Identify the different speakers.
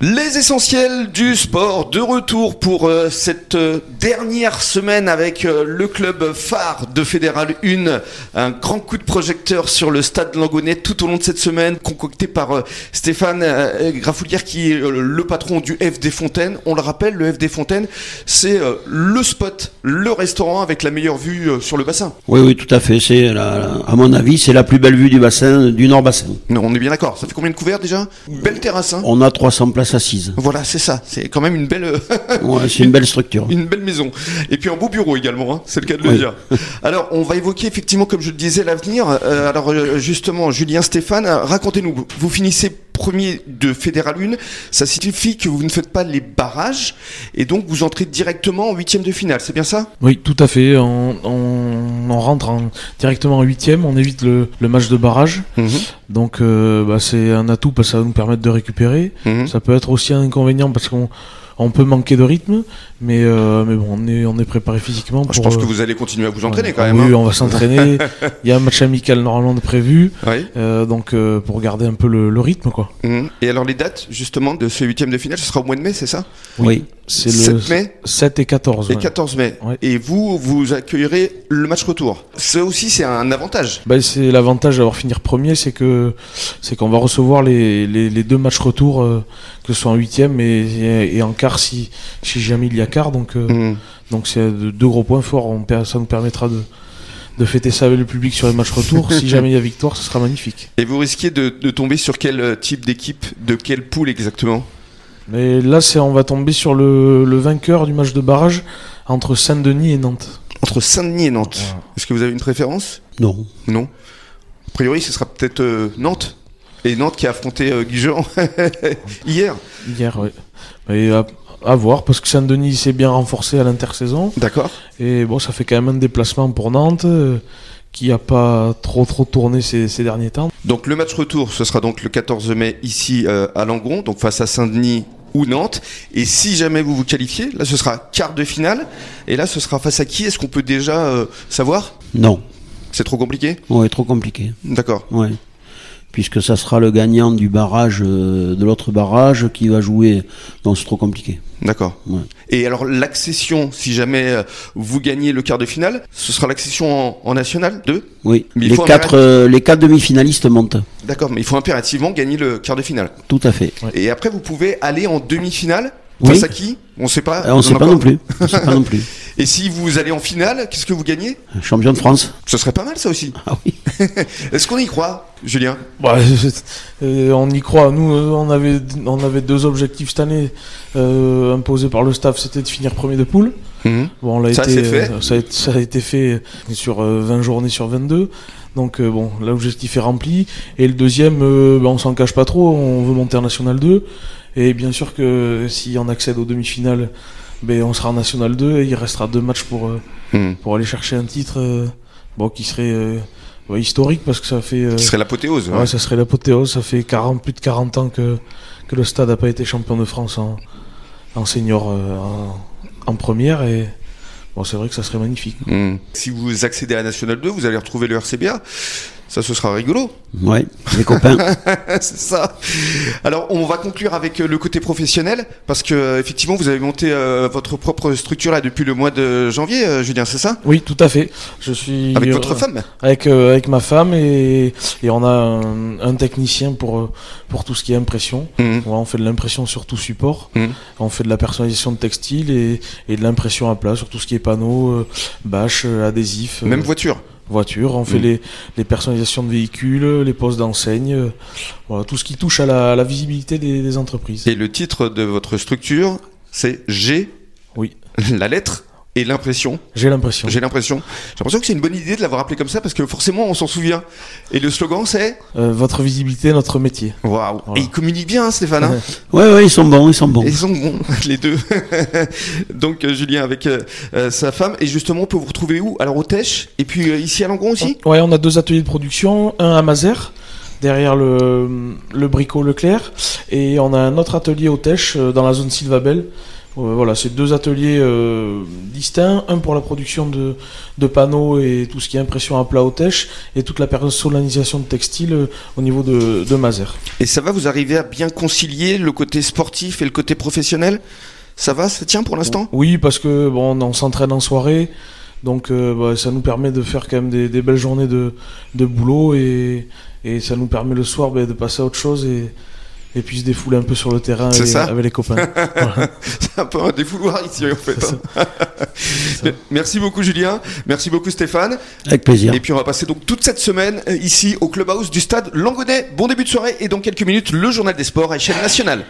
Speaker 1: Les essentiels du sport de retour pour euh, cette euh, dernière semaine avec euh, le club phare de Fédéral 1. Un grand coup de projecteur sur le stade Langonnet tout au long de cette semaine, concocté par euh, Stéphane euh, Grafoulière qui est euh, le patron du FD Fontaine. On le rappelle, le FD Fontaine, c'est euh, le spot, le restaurant avec la meilleure vue euh, sur le bassin.
Speaker 2: Oui, oui, tout à fait. C'est, la- la- à mon avis, c'est la plus belle vue du bassin, du Nord-Bassin.
Speaker 1: Non, on est bien d'accord. Ça fait combien de couverts déjà Belle terrasse, hein
Speaker 2: On a 300 places assises.
Speaker 1: Voilà, c'est ça. C'est quand même une belle. euh,
Speaker 2: Ouais, c'est une belle structure.
Speaker 1: Une belle maison. Et puis un beau bureau également, hein, c'est le cas de le
Speaker 2: Oui.
Speaker 1: dire. Alors, on va évoquer effectivement, comme je le disais, l'avenir. Euh, alors, euh, justement, Julien, Stéphane, euh, racontez-nous. Vous finissez premier de Fédéral 1. Ça signifie que vous ne faites pas les barrages et donc vous entrez directement en huitième de finale. C'est bien ça
Speaker 3: Oui, tout à fait. On, on- on rentre en- directement en huitième, on évite le, le match de barrage.
Speaker 1: Mhm.
Speaker 3: Donc euh, bah, c'est un atout parce que ça va nous permettre de récupérer.
Speaker 1: Mhm.
Speaker 3: Ça peut être aussi un inconvénient parce qu'on on peut manquer de rythme, mais, euh, mais bon, on est, on est préparé physiquement. Pour,
Speaker 1: Je pense que
Speaker 3: euh,
Speaker 1: vous allez continuer à vous entraîner
Speaker 3: ouais.
Speaker 1: quand même.
Speaker 3: Oui,
Speaker 1: hein.
Speaker 3: on va s'entraîner. Il y a un match amical normalement de prévu,
Speaker 1: Ouais.
Speaker 3: euh, donc euh, pour garder un peu le, le rythme, quoi.
Speaker 1: Mhm. Et alors, les dates justement de ce huitième de finale, ce sera au mois de mai, c'est ça
Speaker 2: Oui.
Speaker 3: C'est le
Speaker 1: 7 mai
Speaker 3: 7 et 14.
Speaker 1: et
Speaker 3: ouais.
Speaker 1: 14 mai.
Speaker 3: Ouais.
Speaker 1: Et vous, vous accueillerez le match retour. Ça aussi, c'est un avantage.
Speaker 3: Bah, c'est l'avantage d'avoir fini premier, c'est que c'est qu'on va recevoir les, les, les deux matchs retour, euh, que ce soit en huitième et, et en quart si, si jamais il y a quart. Donc euh,
Speaker 1: Mhm.
Speaker 3: donc c'est de- deux gros points forts. On, per- ça nous permettra de de fêter ça avec le public sur les matchs retour. si jamais il y a victoire, ce sera magnifique.
Speaker 1: Et vous risquez de, de tomber sur quel euh, type d'équipe, de quelle poule exactement
Speaker 3: Mais là, c'est on va tomber sur le, le vainqueur du match de barrage entre Saint-Denis et Nantes.
Speaker 1: Entre Saint-Denis et Nantes. Est-ce que vous avez une préférence
Speaker 2: Non.
Speaker 1: Non. A priori, ce sera peut-être euh, Nantes. Et Nantes qui a affronté euh, Guigean hier.
Speaker 3: Hier, ouais. Mais à, à voir parce que Saint-Denis s'est bien renforcé à l'intersaison.
Speaker 1: D'accord.
Speaker 3: Et bon, ça fait quand même un déplacement pour Nantes euh, qui a pas trop trop tourné ces, ces derniers temps.
Speaker 1: Donc le match retour, ce sera donc le 14 mai ici euh, à Langon, donc face à Saint-Denis ou Nantes. Et si jamais vous vous qualifiez, là ce sera quart de finale. Et là ce sera face à qui Est-ce qu'on peut déjà euh, savoir
Speaker 2: Non.
Speaker 1: C'est trop compliqué
Speaker 2: Ouais, trop compliqué.
Speaker 1: D'accord.
Speaker 2: Ouais. Puisque ça sera le gagnant du barrage, euh, de l'autre barrage, qui va jouer. Non, c'est trop compliqué.
Speaker 1: D'accord.
Speaker 2: Ouais.
Speaker 1: Et alors l'accession, si jamais euh, vous gagnez le quart de finale, ce sera l'accession en, en national 2
Speaker 2: Oui.
Speaker 1: Mais il
Speaker 2: Les
Speaker 1: faut un
Speaker 2: quatre, euh, les quatre demi-finalistes montent.
Speaker 1: D'accord, mais il faut impérativement gagner le quart de finale.
Speaker 2: Tout à fait.
Speaker 3: Ouais.
Speaker 1: Et après, vous pouvez aller en demi-finale
Speaker 2: Oui.
Speaker 1: face à qui On ne sait pas.
Speaker 2: Euh, on sait
Speaker 1: Ah, en a
Speaker 2: pas non plus. On sait pas non plus.
Speaker 1: Et si vous allez en finale, qu'est-ce que vous gagnez
Speaker 2: Champion de France.
Speaker 1: Ce serait pas mal ça aussi.
Speaker 2: Ah oui.
Speaker 1: Est-ce qu'on y croit, Julien
Speaker 3: Bah, euh, on y croit. Nous, euh, on avait on avait deux objectifs cette année euh, imposés par le staff, c'était de finir premier de poule. Bon, on l'a
Speaker 1: Ça,
Speaker 3: été,
Speaker 1: c'est fait.
Speaker 3: euh, ça, a, été- ça a été fait sur euh, 20 journées sur 22. Donc euh, bon, l'objectif est rempli. Et le deuxième, euh, bah, on s'en cache pas trop, on veut monter en National 2. Et bien sûr que euh, si on accède aux demi-finales, ben, on sera en National 2 et il restera deux matchs pour, euh,
Speaker 1: Mhm.
Speaker 3: pour aller chercher un titre euh, bon, qui serait euh, ouais, historique parce que ça fait... euh,
Speaker 1: Ce serait l'apothéose.
Speaker 3: ouais,
Speaker 1: hein.
Speaker 3: ça serait l'apothéose, ça fait 40, plus de 40 ans que, que le stade n'a pas été champion de France en, en senior euh, en, en première et bon, c'est vrai que ça serait magnifique.
Speaker 1: Mhm. Si vous accédez à la nationale 2, vous allez retrouver le RCBA. Ça, ce sera rigolo.
Speaker 2: Ouais. Les copains.
Speaker 1: C'est ça. Alors, on va conclure avec euh, le côté professionnel, parce que euh, effectivement, vous avez monté euh, votre propre structure là depuis le mois de janvier, euh, Julien, c'est ça
Speaker 3: Oui, tout à fait. Je suis
Speaker 1: Avec
Speaker 3: euh,
Speaker 1: votre femme.
Speaker 3: avec, euh, avec ma femme et, et on a un, un technicien pour, euh, pour tout ce qui est impression.
Speaker 1: Mhm.
Speaker 3: Voilà, on fait de l'impression sur tout support,
Speaker 1: Mhm.
Speaker 3: on fait de la personnalisation de textile et, et de l'impression à plat sur tout ce qui est panneaux, euh, bâches, euh, adhésifs. euh,
Speaker 1: Même voiture.
Speaker 3: voitures, on fait
Speaker 1: Mm.
Speaker 3: les, les personnalisations de véhicules, les postes d'enseigne, euh, voilà, tout ce qui touche à la, à la visibilité des, des entreprises.
Speaker 1: Et le titre de votre structure, c'est G.
Speaker 3: Oui.
Speaker 1: La lettre. Et l'impression,
Speaker 3: J'ai l'impression.
Speaker 1: j'ai l'impression. J'ai l'impression que c'est une bonne idée de l'avoir appelé comme ça parce que forcément on s'en souvient. Et le slogan c'est
Speaker 3: Euh, votre visibilité, notre métier.
Speaker 1: Waouh
Speaker 3: Voilà.
Speaker 1: Et ils communiquent bien hein, Stéphane. hein.
Speaker 2: Ouais, ouais, ils sont bons, ils sont bons.
Speaker 1: Et Ils sont bons, les deux. Donc euh, Julien avec euh, euh, sa femme. Et justement, on peut vous retrouver où Alors au Tèche et puis euh, ici à Langon aussi
Speaker 3: Ouais, on a deux ateliers de production, un à Mazères, derrière le, le bricot Leclerc, et on a un autre atelier au Tèche, euh, dans la zone Sylvabel, Euh, voilà, c'est deux ateliers euh, distincts, un pour la production de, de panneaux et tout ce qui est impression à plat hautèche, et toute la personnalisation de textile euh, au niveau de, de Mazères.
Speaker 1: Et ça va, vous arrivez à bien concilier le côté sportif et le côté professionnel Ça va, ça tient pour l'instant
Speaker 3: Oui, parce que bon, on s'entraîne en soirée, donc euh, bah, ça nous permet de faire quand même des, des belles journées de, de boulot et, et ça nous permet le soir bah, de passer à autre chose et, et puis se défouler un peu sur le terrain
Speaker 1: C'est
Speaker 3: avec-
Speaker 1: ça
Speaker 3: avec les copains. Voilà.
Speaker 1: C'est un peu un défouloir ici en fait.
Speaker 3: ça.
Speaker 1: hein. Merci beaucoup Julien, merci beaucoup Stéphane.
Speaker 2: Avec plaisir.
Speaker 1: Et puis on va passer donc toute cette semaine euh, ici au Clubhouse du stade Langonnet. Bon début de soirée et dans quelques minutes le journal des sports à échelle nationale.